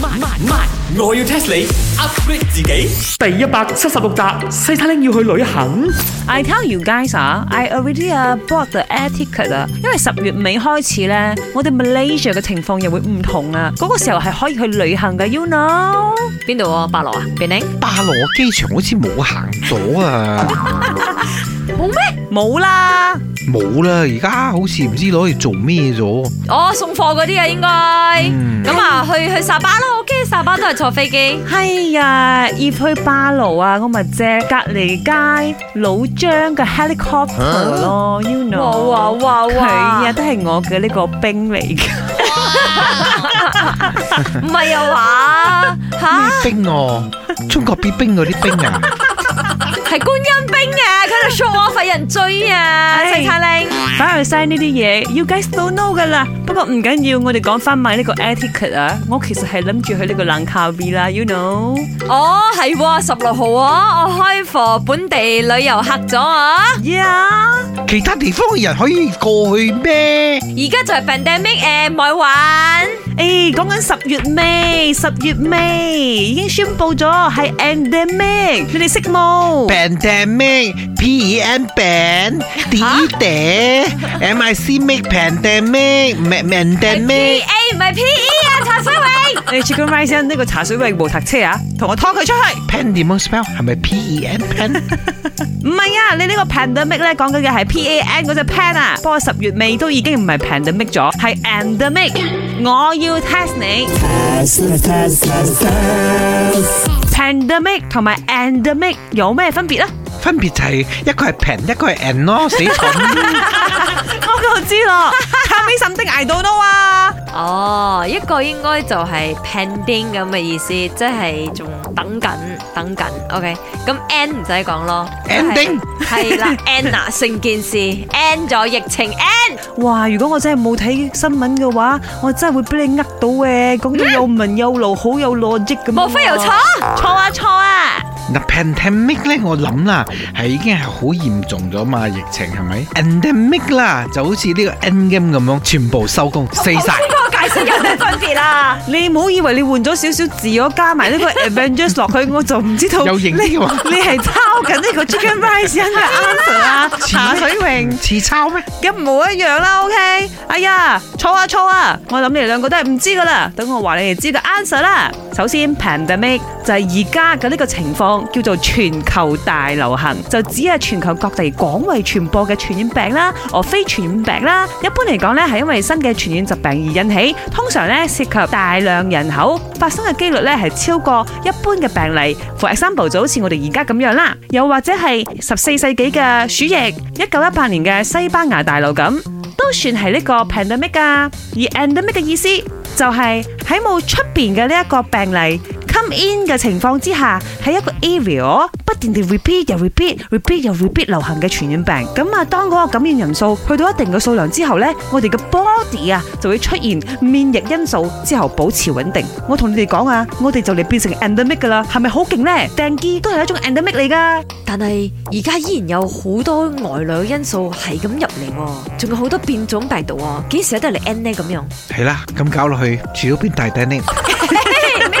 慢慢慢，我要 test 你 upgrade 自己。第一百七十六集，西塔拎要去旅行， I tell you guys 啊，I already 啊 bought the air ticket 啊，因為十月尾開始咧，我哋 Malaysia 嘅情況又會唔同啊，嗰、個時候係可以去旅行嘅，you know？邊度啊？白羅啊？邊寧？巴羅機場好似冇行到啊，冇啦，冇啦，而家好似唔知攞嚟做咩咗。嗯哦，送貨嗰啲啊，應該 Ừ. 咁啊，去去沙巴咯，OK，沙巴都係坐飛機。哎呀，要去巴奴啊，我咪借隔離街老張嘅 helicopter 咯，you know？哇哇哇佢啊 哇！都係我嘅呢個兵嚟嘅，唔係啊話吓，咩冰哦、中國別冰嗰啲冰啊，係觀音兵啊，佢喺度 à, show off 俾人追啊，哎西塔玲。反而晒呢啲嘢，you guys don't know 噶啦。不過唔緊要，我哋講翻買呢個 etiquette 啊，我其實係諗住去呢個冷靠 B 啦，you know？哦，係喎，十六號啊，我開課本地旅遊客咗啊，呀，其他地方嘅人可以過去咩？而家就係 pandemic à, 誒，唔係玩。誒，講緊十月尾，十月尾已經宣布咗係 endemic，你哋識冇？ pandemic P E N band D E D M I C make pandemic P ma- mandemic A 唔係 P E 啊，茶水榮。你 Chicken Rice Inn 呢個茶水位無泊車啊，同我拖佢出去。 pen 點樣 spell 係咪 P E N pen 唔係啊，你呢個 pandemic 咧講緊嘅係 P A N 嗰隻 pan 啊，不過十月尾都已經唔係 pandemic 咗，係 endemic。我要 test 你。pandemic 同埋 endemic 有咩分別啊？分別就係一個係 pen 一個係 n 咯死蠢我就知 咯，後尾 something I don't know 啊。哦，一個應該就係 pending 咁嘅意思，即係仲等緊，等緊。OK，咁 end 唔使講咯 Ending 係係啦，end 啊，成件事 end 咗，疫情 end。哇！如果我真係冇睇新聞嘅話，我真係會俾你呃到嘅，講到有文有路，好有邏輯咁。啊莫非又錯？錯啊錯啊！嗱 pandemic 咧我諗啦係已經係好嚴重咗嘛疫情係咪 endemic 啦就好似呢個 end game 咁樣全部收工 死晒個解釋有咩分別啊？你唔好以為你換咗少少字，我加埋呢個 Avengers 落去，我就唔知道有型啲喎你係抄緊呢個 Chicken Rice 人嘅 answer 啊， 茶水榮嗯似抄咩？咁冇一樣啦，OK？哎呀，錯啊錯啊！我諗你哋兩個都係唔知噶啦，等我話你哋知個 answer 啦。首先，pandemic 就係而家嘅呢個情況叫做全球大流行，就指係全球各地廣為傳播嘅傳染病啦，而非傳染病啦。一般嚟講呢，係因為新嘅傳染疾病而引起，通常呢，涉及大量人口，發生嘅機率呢，係超過一般嘅病例。For example 就好似我哋而家咁樣啦，又或者係十四世紀嘅鼠疫，一九一八年嘅西班牙大流感，都算係呢個 pandemic 噶。而 endemic 嘅意思就係喺冇出邊嘅呢一個病例 come in 嘅情況之下，喺一個 area 不斷地 repeat 又 repeat、repeat 又 repeat 流行嘅傳染病。咁啊，當嗰個感染人數去到一定嘅數量之後呢，我哋嘅 body 啊就會出現免疫因素之後保持穩定。我同你哋講啊，我哋就嚟變成 endemic 噶啦，係咪好勁呢？訂機都係一種 endemic 嚟噶。 但係而家依然有好多外來因素係咁入嚟喎，仲有好多變種病毒喎，幾時有得嚟 end 呢？咁樣？係啦，咁搞落去，住到邊大頂呢？